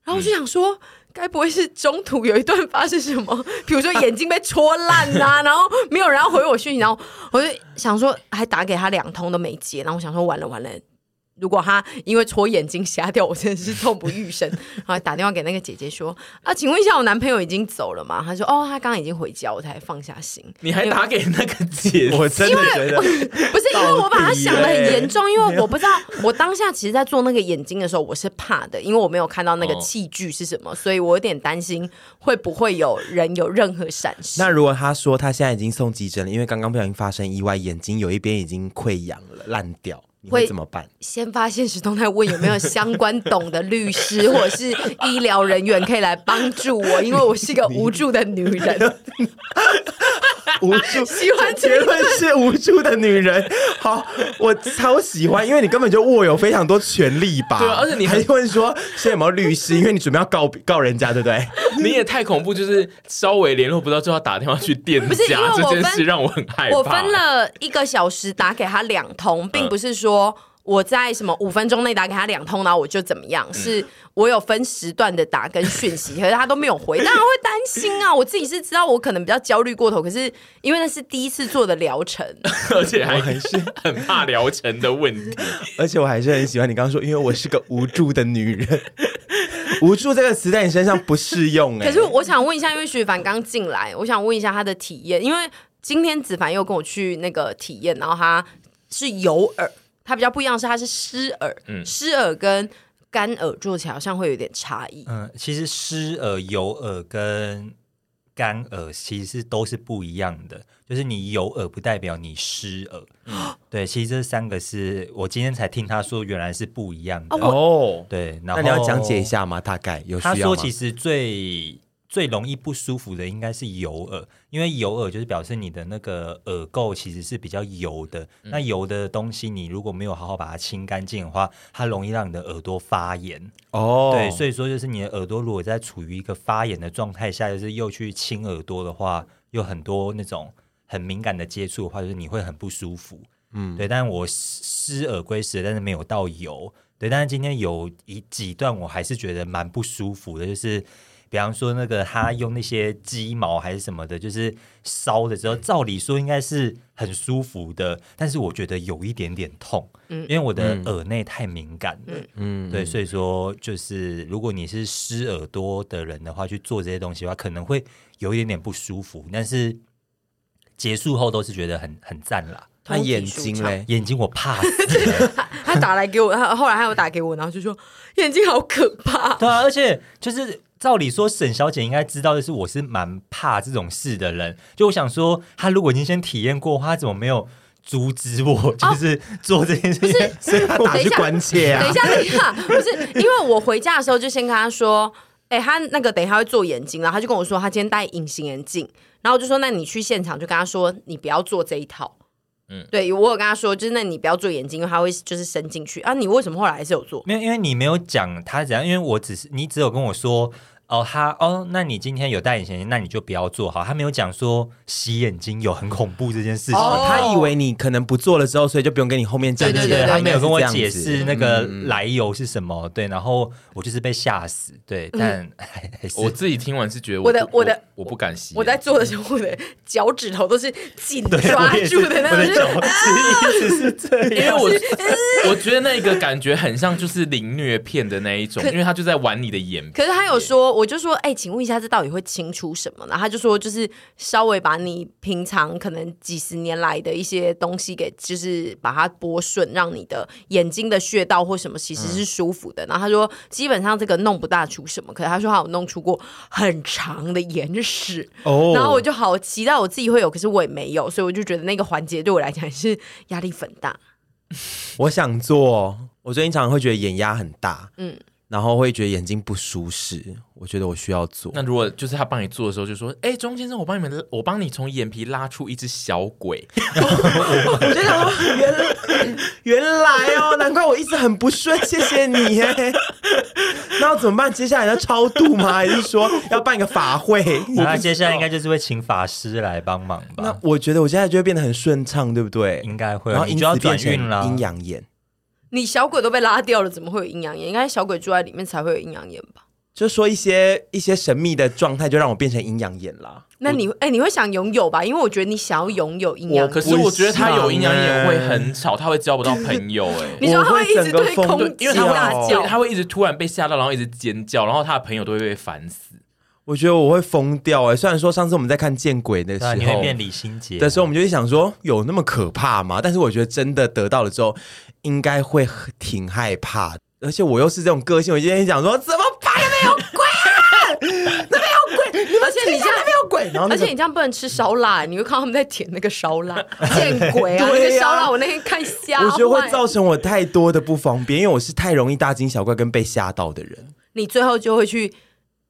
Speaker 2: 然后我就想说。该不会是中途有一段发生什么，比如说眼睛被戳烂
Speaker 3: <laughs>
Speaker 2: 啊，然后没有人要回我讯息，然后我就想说，还打给他两通都没接，然后我想说完了完了，如果他因为戳眼睛瞎掉，我真的是痛不欲生。然后打电话给那个姐姐说：“啊，请问一下，我男朋友已经走了吗？”她说：“哦，他刚刚已经回家，我才放下心。
Speaker 1: 你还打给那个姐姐，
Speaker 3: <laughs> 我真的觉得，
Speaker 2: 不是因为我把他想的很严重，因
Speaker 3: 没
Speaker 2: 为
Speaker 3: 有
Speaker 2: 我不知道我当下其实，在做那个眼睛的时候，我是怕的，因为我没有看到那个器具是什么，所以我有点担心会不会有人有任何闪失
Speaker 3: <laughs> 那。如果他说他现在已经送急诊了，因为刚刚不小心发生意外，眼睛有一边已经溃疡了，烂掉，你会
Speaker 2: 会
Speaker 3: 怎
Speaker 2: <laughs>
Speaker 3: 么办？
Speaker 2: 先发现实动态问有没有相关懂的律师或者是医疗人员可以来帮助我，因为我是一个无助的女人。
Speaker 3: 无助，
Speaker 2: 喜欢这
Speaker 3: 结论是无助的女人。好，我超喜欢，因为你根本就握有非常多权利吧？
Speaker 1: 对啊而且你
Speaker 3: 还问说现在有没有律师，因为你准备要告告人家，对不对？
Speaker 1: <laughs> 你也太恐怖，就是稍微联络不到就要打电话去店
Speaker 2: 不是因为
Speaker 1: 家，
Speaker 2: 我
Speaker 1: 这件
Speaker 2: 分
Speaker 1: 事让我很害怕。欸
Speaker 2: 我分了一个小时打给他两通，并不是说我在什么五分钟内打给他两通，然后我就怎么
Speaker 1: 嗯
Speaker 2: 样，是我有分时段的打跟讯息，可是他都没有回，当然会担心啊。我自己是知道我可能比较焦虑过头，可是因为那是第一次做的疗
Speaker 1: <laughs>
Speaker 2: 程，
Speaker 1: 而且还
Speaker 3: 我还是
Speaker 1: 很怕疗程的问 <laughs> 题。
Speaker 3: 而且我还是很喜欢你刚刚说，因为我是个无助的女人。无助这个词在你身上不适用哎、
Speaker 2: 可是我想问一下，因为徐凡刚进来，我想问一下他的体验，因为今天子凡又跟我去那个体验，然后他是有耳，他比较不一样是他是湿耳，
Speaker 1: 嗯
Speaker 2: 湿耳跟干耳做起来好像会有点差异。
Speaker 4: 嗯，其实湿耳、油耳跟干耳其实都是不一样的，就是你油耳不代表你湿耳。
Speaker 3: 嗯
Speaker 4: 对，其实这三个是我今天才听他说，原来是不一样的。
Speaker 3: 哦，
Speaker 4: 对，然
Speaker 3: 那
Speaker 4: 后
Speaker 3: 你要讲解一。下吗？大概有需
Speaker 4: 他
Speaker 3: 要
Speaker 4: 说，
Speaker 3: 吗
Speaker 4: 其？实最最容易不舒服的应该是油耳，因为油耳就是表示你的那个耳垢其实是比较油的。
Speaker 3: 嗯
Speaker 4: 那油的东西，你如果没有好好把它清干净的话，它容易让你的耳朵发炎。
Speaker 3: 哦，
Speaker 4: 对，所以说就是你的耳朵如果在处于一个发炎的状态下，就是又去亲耳朵的话，有很多那种很敏感的接触的话，就是你会很不舒服。嗯，对，但我湿耳归湿，但是没有到油。对，但是今天有一几段我还是觉得蛮不舒服的，就是比方说那个他用那些鸡毛还是什么的，就是烧的时候，照理说应该是很舒服的，但是我觉得有一点点痛，
Speaker 2: 嗯
Speaker 4: 因为我的耳内太敏感了。
Speaker 3: 嗯，
Speaker 4: 对，所以说就是如果你是湿耳朵的人的话，去做这些东西的话，可能会有一点点不舒服，但是结束后都是觉得很很赞啦。
Speaker 3: 那眼睛嘞，
Speaker 4: 眼睛我怕死了， <laughs>
Speaker 2: 他打来给我，他后来他有打给我，然后就说眼睛好可怕。
Speaker 4: 对啊，而且就是照理说，沈小姐应该知道的是，我是蛮怕这种事的人。就我想说，她如果已经先体验过，她怎么没有阻止我，就是做这件事情？ <laughs>
Speaker 3: 所以他打
Speaker 2: 等一
Speaker 3: 去
Speaker 2: 下
Speaker 3: 关切啊
Speaker 2: 等一。下，等一下，不是因为我回家的时候就先跟他说，哎、他那个等一下会做眼睛，然后他就跟我说他今天戴隐形眼镜，然后我就说那你去现场就跟他说你不要做这一套。嗯
Speaker 1: 嗯，
Speaker 2: 对我有跟他说，就是那你不要做眼睛，因为他会就是伸进去啊。你为什么后来还是有做？
Speaker 4: 没有，因为你没有讲他怎样，因为我只是你只有跟我说哦，他哦，那你今天有戴隐形眼镜，那你就不要做好。他没有讲说洗眼睛有很恐怖这件事情。
Speaker 3: 哦，他以为你可能不做了之后，所以就不用跟你后面讲解。
Speaker 2: 对对对对
Speaker 4: 他没有跟我
Speaker 3: 应该
Speaker 4: 解
Speaker 3: 是这样
Speaker 4: 释
Speaker 3: 子嗯
Speaker 4: 那个来由是什么，对，然后我就是被吓死，对，
Speaker 3: 嗯
Speaker 4: 但 <laughs> 还是
Speaker 1: 我自己听完是觉得
Speaker 2: 我的
Speaker 1: 不
Speaker 2: 我的
Speaker 1: 我不敢吸，
Speaker 2: 我在做的时候，我的脚趾头都是紧
Speaker 4: 对
Speaker 2: 抓
Speaker 4: 我也是
Speaker 2: 住的那种，
Speaker 4: 我的
Speaker 2: 就是
Speaker 4: 脚趾一直是这
Speaker 1: 因
Speaker 4: 样。
Speaker 1: 为我我觉得那个感觉很像就是凌虐片的那一种，
Speaker 2: 可
Speaker 1: 因为他就在玩你的眼皮。
Speaker 2: 可是他有说，我就说，哎、请问一下，这到底会清除什么？然后他就说，就是稍微把你平常可能几十年来的一些东西给，就是把它拨顺，让你的眼睛的穴道或什么其实是舒服的。然后他说，基本上这个弄不大出什么，可是他说他有弄出过很长的眼屎，
Speaker 3: 哦
Speaker 2: 然后我就好期待我自己会有，可是我也没有，所以我就觉得那个环节对我来讲是压力很大。
Speaker 3: 我想做，哦我最近常常会觉得眼压很大，
Speaker 2: 嗯
Speaker 3: 嗯，然后会觉得眼睛不舒适，我觉得我需要做。
Speaker 1: 那如果就是他帮你做的时候，就说：“哎、钟先生，我帮你们，我帮你从眼皮拉出一只小鬼。
Speaker 3: <laughs> 我就想说，
Speaker 2: <laughs>
Speaker 3: 原来原来哦，难怪我一直很不顺，谢谢你
Speaker 4: <laughs>
Speaker 3: 耶。那要怎么办？接下来要超度吗？还是说要办一个法会？
Speaker 4: <laughs> 那接下来应该就是会请法师来帮忙
Speaker 3: 那
Speaker 4: 吧，
Speaker 3: 我觉得我现在就会变得很顺畅，对不对？
Speaker 4: 应该会，啊
Speaker 3: 然后
Speaker 4: 你
Speaker 3: 因
Speaker 4: 就要
Speaker 3: 此
Speaker 4: 转
Speaker 3: 变成
Speaker 4: 运啦。
Speaker 3: 阴阳眼，
Speaker 2: 你小鬼都被拉掉了，怎么会有阴阳眼？应该是小鬼住在里面才会有阴阳眼吧？
Speaker 3: 就说一些一些神秘的状态，就让我变成阴阳眼啦。
Speaker 2: 那你哎、你会想拥有吧？因为我觉得你想要拥有阴”阳
Speaker 1: 我
Speaker 2: 眼。
Speaker 1: 可是我觉得他有阴阳眼
Speaker 3: 哎
Speaker 1: 会很吵，他会交不到朋
Speaker 3: <laughs>
Speaker 1: 友、哎。
Speaker 2: 你说他
Speaker 3: 我
Speaker 2: 会
Speaker 3: 会
Speaker 2: 一直
Speaker 3: 整个
Speaker 2: 对
Speaker 3: 疯
Speaker 2: 空
Speaker 1: 因
Speaker 2: 气
Speaker 1: 为他
Speaker 2: 大
Speaker 3: 掉
Speaker 1: 会，
Speaker 2: 叫
Speaker 1: 对，他会一直突然被吓到，然后一直尖叫，然后他的朋友都会被烦死。
Speaker 3: 我觉得我会疯掉哎、虽然说上次我们在看《见鬼》的时
Speaker 4: 对啊，你
Speaker 3: 候
Speaker 4: 会变李心洁
Speaker 3: 的时候，我们就会想说有那么可怕吗？但是我觉得真的得到了之后，应该会很挺害怕的。而且我又是这种个性，我今天想说怎么办？
Speaker 2: 而且你这样。
Speaker 3: 有鬼！然后、那
Speaker 2: 而
Speaker 3: 个
Speaker 2: 且你这样不能吃烧腊，你会看到他们在舔那个烧
Speaker 3: <laughs>
Speaker 2: 腊，见鬼啊！那
Speaker 3: 对呀
Speaker 2: 个烧腊我那天看瞎，
Speaker 3: 我觉得会造成我太多的不方便，因为我是太容易大惊小怪跟被吓到的人。
Speaker 2: 你最后就会去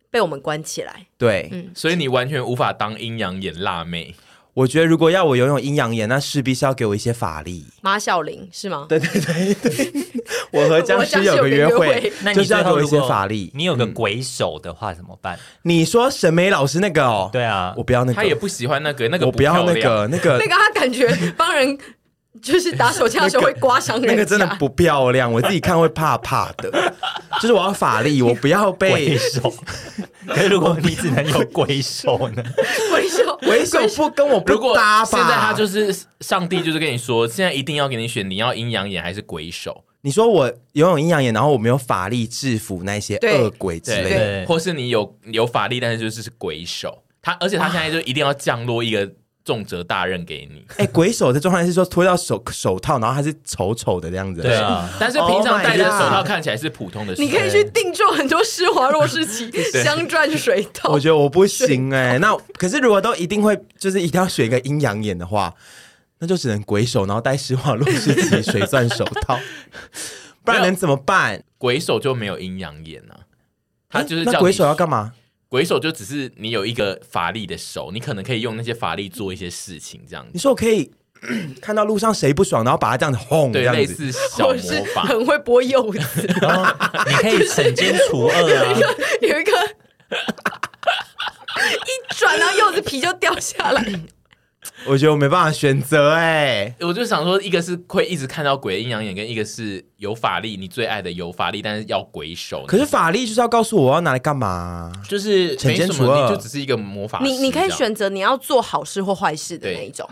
Speaker 2: 被我们关起来。
Speaker 3: 对，
Speaker 2: 嗯
Speaker 1: 所以你完全无法当阴阳眼辣妹。
Speaker 3: 我觉得如果要我拥有阴阳眼，那势必是要给我一些法力。
Speaker 2: 马小玲是吗？
Speaker 3: 对对
Speaker 2: <laughs>
Speaker 3: 对对，我和僵尸有个约
Speaker 2: 我和僵尸有个约
Speaker 3: 会
Speaker 2: 会，
Speaker 4: 那你
Speaker 3: 就是
Speaker 4: 最
Speaker 3: 要给
Speaker 4: 后
Speaker 3: 我一
Speaker 4: 如
Speaker 3: 些
Speaker 4: 果
Speaker 3: 法力。嗯
Speaker 4: 你有个鬼手的话怎么办？
Speaker 3: 你说沈美老师那个哦，
Speaker 4: 对啊
Speaker 3: 我，不要那个，
Speaker 1: 他也不喜欢那个，那个
Speaker 3: 我不要
Speaker 1: 漂
Speaker 3: 那
Speaker 1: 亮
Speaker 3: 个，那个
Speaker 2: <laughs> 那个他感觉帮人就是打手枪的时候会刮伤人家，
Speaker 3: 那个真的不漂亮，我自己看会怕怕的。就是我要法力，我不要
Speaker 4: 鬼
Speaker 1: <laughs>
Speaker 3: 被
Speaker 4: 手。哎 <laughs> 可是如果你只能有鬼手呢？
Speaker 2: 鬼
Speaker 3: <laughs>
Speaker 2: 手
Speaker 3: 为首不跟我
Speaker 1: 如果
Speaker 3: 不搭吧。
Speaker 1: 现在他就是上帝，就是跟你说，现在一定要给你选，你要阴阳眼还是鬼手，
Speaker 3: 你说我拥有阴阳眼，然后我没有法力制服那些
Speaker 2: 对
Speaker 3: 恶鬼之类的，
Speaker 4: 对
Speaker 1: 或是你有有法力，但是就是是鬼手。他而且他现在就一定要降落一个重责大任给你。
Speaker 3: 哎、鬼手的状态是说脱掉手手套，然后他是丑丑的这样子。
Speaker 4: 对啊，
Speaker 1: 但是平
Speaker 3: Oh
Speaker 1: 常
Speaker 3: my
Speaker 1: 戴着
Speaker 3: God
Speaker 1: 手套看起来是普通的
Speaker 3: Oh
Speaker 1: 手
Speaker 2: 你可以去定做很多施华洛世奇镶钻水套
Speaker 3: 我，觉得我不行哎、那可是如果都一定会，就是一定要选一个阴阳眼的话，那就只能鬼手，然后戴施华洛世奇水钻手
Speaker 1: <laughs>
Speaker 3: 套，不然能怎么办？
Speaker 1: 鬼手就没有阴阳眼啊，他就是
Speaker 3: 诶
Speaker 1: 叫
Speaker 3: 那
Speaker 1: 你
Speaker 3: 鬼手要干嘛？
Speaker 1: 鬼手就只是你有一个法力的手，你可能可以用那些法力做一些事情，这样
Speaker 3: 你
Speaker 1: 子。
Speaker 3: 说我可以 <clears throat> 看到路上谁不爽，然后把他这样子轰，这
Speaker 1: 对，
Speaker 3: 样
Speaker 1: 类
Speaker 3: 子。
Speaker 1: 似小
Speaker 2: 或
Speaker 1: 魔
Speaker 2: 是
Speaker 1: 法，
Speaker 2: 很会剥柚子，
Speaker 4: 然后你可以惩奸除恶啊。 <laughs>
Speaker 2: <laughs> 有一
Speaker 3: <laughs>
Speaker 2: 个一转，然后柚子皮就掉下来。
Speaker 3: 我觉得我没办法选择哎、
Speaker 1: 我就想说，一个是会一直看到鬼的阴阳眼，跟一个是有法力，你最爱的有法力，但是要鬼手。
Speaker 3: 可是法力就是要告诉我我要拿来干嘛、
Speaker 1: 就是没什
Speaker 3: 惩奸除
Speaker 1: 么，
Speaker 3: 恶
Speaker 1: 你就只是一个魔
Speaker 3: 啊
Speaker 1: 法师这
Speaker 2: 你
Speaker 1: 样。
Speaker 2: 你可以选择你要做好事或坏事的那一种，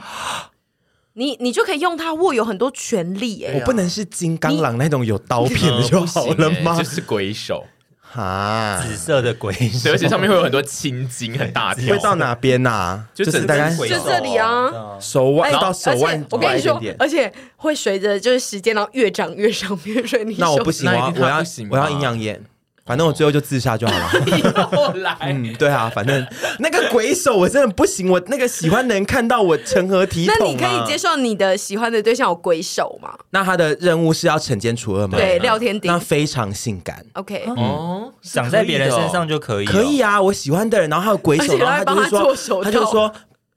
Speaker 2: 你你就可以用它握有很多权利、欸，
Speaker 3: 我不能是金刚狼那种有刀片的
Speaker 1: 嗯
Speaker 3: 就好了
Speaker 1: 不行欸
Speaker 2: 哎
Speaker 3: 吗
Speaker 1: 就？是鬼手，
Speaker 3: 哈、
Speaker 4: 紫色的鬼手
Speaker 1: <laughs> 对，而且上面会有很多青筋，很大条
Speaker 3: 会。
Speaker 1: <laughs>
Speaker 3: 到哪边呐、啊？
Speaker 1: 就
Speaker 3: 就
Speaker 1: 整
Speaker 3: 是大概
Speaker 1: 根鬼
Speaker 2: 就这里啊
Speaker 4: 对啊
Speaker 3: 手腕、
Speaker 2: 哎
Speaker 3: 到手
Speaker 2: 而
Speaker 3: 腕
Speaker 2: 且我跟你
Speaker 3: 短
Speaker 2: 说
Speaker 3: 一点，点
Speaker 2: 而且会随着就是时间，然后越长越上面，所以你
Speaker 3: 那我
Speaker 2: 手
Speaker 3: 不行，我
Speaker 1: 那
Speaker 3: 要
Speaker 1: 一定
Speaker 3: 我
Speaker 1: 他
Speaker 3: 要
Speaker 1: 不行吧
Speaker 3: 我要阴阳眼，反正我最后就自杀就好了。
Speaker 2: <laughs>
Speaker 1: 又来，
Speaker 3: 嗯，对啊，反正那个鬼手我真的不行，我那个喜欢的人看到我成何体统、啊？
Speaker 2: 那你可以接？受你的喜欢的对象有鬼手吗？
Speaker 3: 那他的任务是要惩奸除恶吗？
Speaker 2: 对，廖天丁
Speaker 3: 那。非常性感。
Speaker 2: OK，
Speaker 1: 哦，是
Speaker 4: 长在别人
Speaker 1: 可以的哦
Speaker 4: 身上就可以哦，
Speaker 3: 可以啊，我喜欢的人，然后他有鬼
Speaker 2: 哎而
Speaker 3: 手，
Speaker 2: 且
Speaker 3: 然
Speaker 2: 还
Speaker 3: 后
Speaker 2: 帮
Speaker 3: 就
Speaker 2: 他
Speaker 3: 是
Speaker 2: 做
Speaker 3: 说，
Speaker 2: 手
Speaker 3: 他就
Speaker 2: 套
Speaker 3: 说，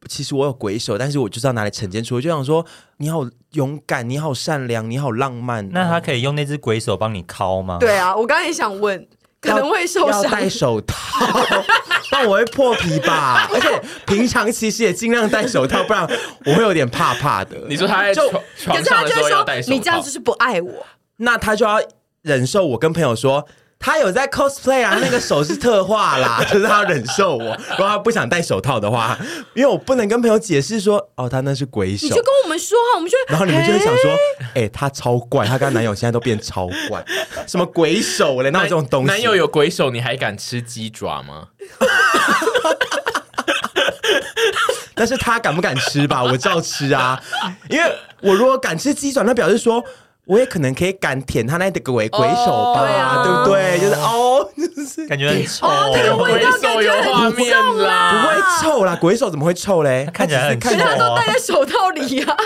Speaker 3: 其实我有鬼手，但是我就知道拿来惩奸除恶，就想说你好勇敢，你好善良，你好浪漫。哦
Speaker 4: 那他可以用那只鬼手帮你敲吗？
Speaker 2: 对啊，我刚刚也想问，可
Speaker 3: 要
Speaker 2: 能会受
Speaker 3: 要
Speaker 2: 伤。
Speaker 3: 戴手套， <laughs> 但我会破皮吧。而且平常其实也尽量戴手套，不然我会有点怕怕的。
Speaker 1: 你说他在
Speaker 3: 就
Speaker 1: 床
Speaker 2: 可
Speaker 1: 床
Speaker 2: 是他
Speaker 1: 上的
Speaker 2: 就
Speaker 1: 时候
Speaker 2: 会
Speaker 1: 要
Speaker 2: 说
Speaker 1: 戴手套，
Speaker 2: 你这样就是不爱我。
Speaker 3: 那他就要忍受我跟朋友说。他有在 cosplay 啊，那个手是特化啦， <laughs> 就是他要忍受我。如果他不想戴手套的话，因为我不能跟朋友解释说，哦，他那是鬼手
Speaker 2: 你就。跟我们说啊，我们就会
Speaker 3: 然后你们就会想 <laughs>
Speaker 2: 哎
Speaker 3: 说，哎、他超怪，他跟他男友现在都变超怪，什么鬼手嘞？那这种东西，
Speaker 1: 男友有鬼手，你还敢吃鸡爪吗？
Speaker 3: 但是他敢不敢吃吧？我照吃啊，因为我如果敢吃鸡爪，那表示说我也可能可以敢舔他那个鬼鬼手吧，
Speaker 2: 哦对啊
Speaker 3: 对不对？就是哦，就是
Speaker 4: 感觉很臭，
Speaker 2: 哦，那个味
Speaker 1: 鬼
Speaker 2: 道感
Speaker 1: 手有
Speaker 2: 觉
Speaker 1: 画
Speaker 2: 很
Speaker 1: 面
Speaker 2: 重
Speaker 3: 不
Speaker 1: 啦
Speaker 2: 啦，
Speaker 3: 会臭啦，鬼手怎么会臭嘞？
Speaker 4: 看起来很
Speaker 3: 他只是
Speaker 2: 可
Speaker 3: 看
Speaker 2: 是
Speaker 3: 起
Speaker 2: 他
Speaker 3: 来
Speaker 2: 都戴在手套里啊。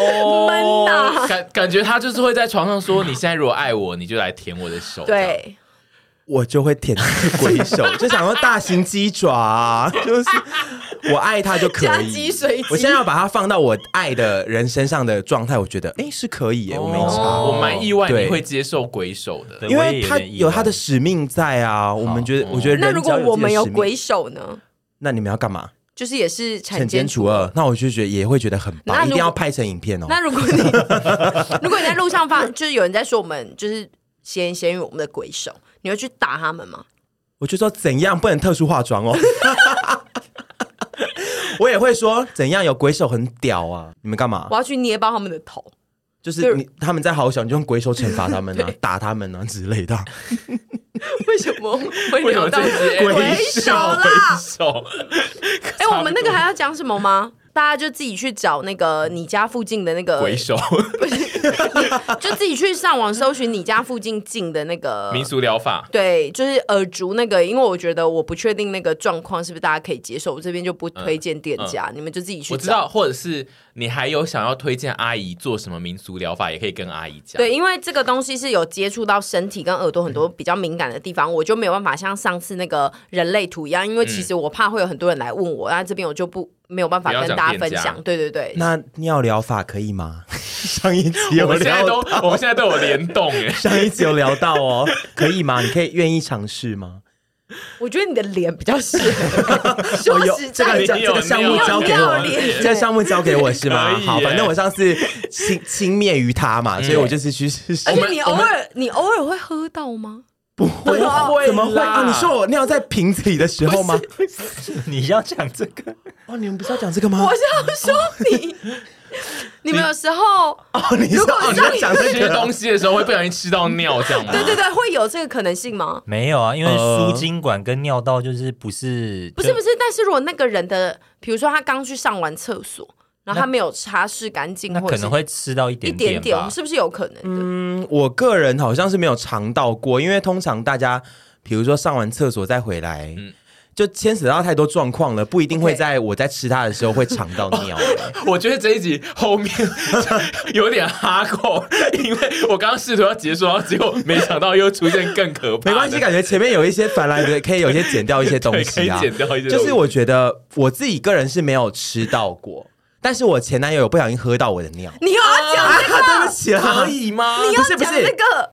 Speaker 1: 哦，
Speaker 2: 闷啊
Speaker 1: 感感觉他就是会在床上说，你现在如果爱我，你就来舔我的手。这样，
Speaker 2: 对，
Speaker 3: 我就会舔鬼
Speaker 2: <laughs>
Speaker 3: 手，就想要大型鸡爪啊，就是我爱他就可
Speaker 2: 加
Speaker 3: 以。
Speaker 2: 鸡水
Speaker 3: 我
Speaker 2: 鸡
Speaker 3: 现在要把它放到我爱的人身上的状态，我觉得哎、诶是可以耶、我没差。
Speaker 2: 哦
Speaker 1: 我蛮意外
Speaker 3: 哦对
Speaker 1: 你会接受鬼手的。
Speaker 4: 对
Speaker 3: 因
Speaker 4: 我也
Speaker 3: 为
Speaker 4: 有
Speaker 3: 他
Speaker 4: 点意
Speaker 3: 有他的
Speaker 4: 外
Speaker 3: 使命在啊，我们觉得，我觉得人
Speaker 2: 那如果
Speaker 3: 只要
Speaker 2: 我
Speaker 3: 自己的
Speaker 2: 们有
Speaker 3: 使命，
Speaker 2: 鬼手呢？
Speaker 3: 那你们要干嘛？
Speaker 2: 就是也是
Speaker 3: 惩
Speaker 2: 产
Speaker 3: 奸除恶，那我就觉得也会觉得很
Speaker 2: 那
Speaker 3: 棒，
Speaker 2: 如
Speaker 3: 一
Speaker 2: 果
Speaker 3: 定要拍成影片哦。
Speaker 2: 那如果你 <laughs> 如果你在路上发，就是有人在说我们就是闲言闲语，我们的鬼手，你会去打他们吗？
Speaker 3: 我就说怎样不能特殊化妆
Speaker 2: <laughs>
Speaker 3: 哦。我也会说怎样有鬼手很屌啊！你们干嘛
Speaker 2: 我？要去捏爆他们的头。
Speaker 3: 就是你他们在好小，你就用鬼手惩罚他们啊，打他们啊之类的。
Speaker 2: 为什么会
Speaker 1: 为什么
Speaker 2: 聊
Speaker 1: 这
Speaker 2: 到
Speaker 1: 一集
Speaker 2: 鬼手
Speaker 1: 鬼
Speaker 2: 啦？
Speaker 1: 手？
Speaker 2: 哎、我们那个还要讲什么吗？大家就自己去找那个你家附近的那
Speaker 1: <laughs>
Speaker 2: 个
Speaker 1: 鬼，手，
Speaker 2: 就自己去上网搜寻你家附近近的那个
Speaker 1: <laughs> 民俗疗法。
Speaker 2: 对，就是耳烛那个，因为我觉得我不确定那个状况是不是大家可以接受，我这边就不推荐店家，你们就自己
Speaker 1: 嗯
Speaker 2: 去找。
Speaker 1: 我知道，或者是你还有想要推荐阿姨做什么民俗疗法，也可以跟阿姨讲。
Speaker 2: 对，因为这个东西是有接触到身体跟耳朵很
Speaker 1: 嗯
Speaker 2: 多比较敏感的地方，我就没有办法像上次那个人类图一样，因为其实我怕会有很多人来问我，那这边我就不没有办
Speaker 1: 嗯
Speaker 2: 法
Speaker 1: 不要
Speaker 2: 跟
Speaker 1: 讲
Speaker 2: 大家
Speaker 1: 店
Speaker 2: 分
Speaker 1: 家
Speaker 2: 享。对对对，
Speaker 3: 那尿疗法可以吗？上一集有
Speaker 1: 我们现在
Speaker 3: 聊
Speaker 1: 都，我们现在都有联动
Speaker 3: <laughs>
Speaker 1: 哎。
Speaker 3: 上一集有聊到哦，可以吗？你可以愿意尝试吗？
Speaker 2: 我觉得你的脸比较适合。说
Speaker 3: <laughs> 哦有
Speaker 2: 实
Speaker 3: 这
Speaker 2: 在
Speaker 3: 个
Speaker 2: 的，
Speaker 3: 这
Speaker 1: 你有
Speaker 3: 个项目
Speaker 1: 尿
Speaker 3: 交给
Speaker 2: 尿
Speaker 3: 我
Speaker 2: 脸，
Speaker 3: 这个项目交给我是吗
Speaker 1: 可以？耶
Speaker 3: 好，反正我上次轻轻蔑于他嘛，所以我就是去试试
Speaker 2: 而。且你偶尔你偶尔会喝到吗？
Speaker 3: 不会，怎么会啊？你说我尿在瓶子里的时候吗？
Speaker 4: <laughs> 你要讲这个，
Speaker 3: 哦，你们不是要讲这个吗
Speaker 2: 我？是要说你，你们有时候
Speaker 3: 哦，你
Speaker 2: 如
Speaker 3: 说
Speaker 2: 果
Speaker 3: 哦，你
Speaker 2: 让
Speaker 3: 要
Speaker 2: 你
Speaker 3: 讲
Speaker 1: 吃
Speaker 3: 这个
Speaker 1: 东西的时候会不小心吃到尿，这样吗？
Speaker 2: 对对对，会有这个可能性吗？
Speaker 4: 没有啊，因为
Speaker 3: 呃
Speaker 4: 输精管跟尿道就是不是
Speaker 2: 不是不是，但是如果那个人的，比如说他刚去上完厕所，然后他没有擦拭干净，
Speaker 4: 那
Speaker 2: 或者
Speaker 4: 可
Speaker 2: 是
Speaker 4: 能会吃到一
Speaker 2: 一
Speaker 4: 点
Speaker 2: 点点，我
Speaker 4: 吧
Speaker 2: 们。是不是有可能的？
Speaker 3: 嗯，我个人好像是没有尝到过，因为通常大家，比如说上完厕所再回来，
Speaker 1: 嗯
Speaker 3: 就牵扯到太多状况了，不一定会
Speaker 2: OK
Speaker 3: 在我在吃它的时候会尝到尿。
Speaker 1: 哦
Speaker 3: 欸
Speaker 1: 我觉得这一集后面 <laughs> 有点哈扣，因为我刚刚试图要结束，然后结果没想到又出现更可怕的。
Speaker 3: 没关系，感觉前面有一些反来的，可以有一些剪掉一些
Speaker 1: <laughs>
Speaker 3: 东
Speaker 1: 对，可以
Speaker 3: 西啊。
Speaker 1: 剪掉一些东西。
Speaker 3: 就是我觉得我自己个人是没有吃到过，但是我前男友有不小心喝到我的尿。
Speaker 2: 你又要讲这
Speaker 3: 啊，对不
Speaker 2: 个，
Speaker 3: 起啦，
Speaker 1: 可以吗？
Speaker 2: 你
Speaker 3: 不是
Speaker 2: 要
Speaker 3: 不
Speaker 2: 讲
Speaker 3: 是
Speaker 2: 这个，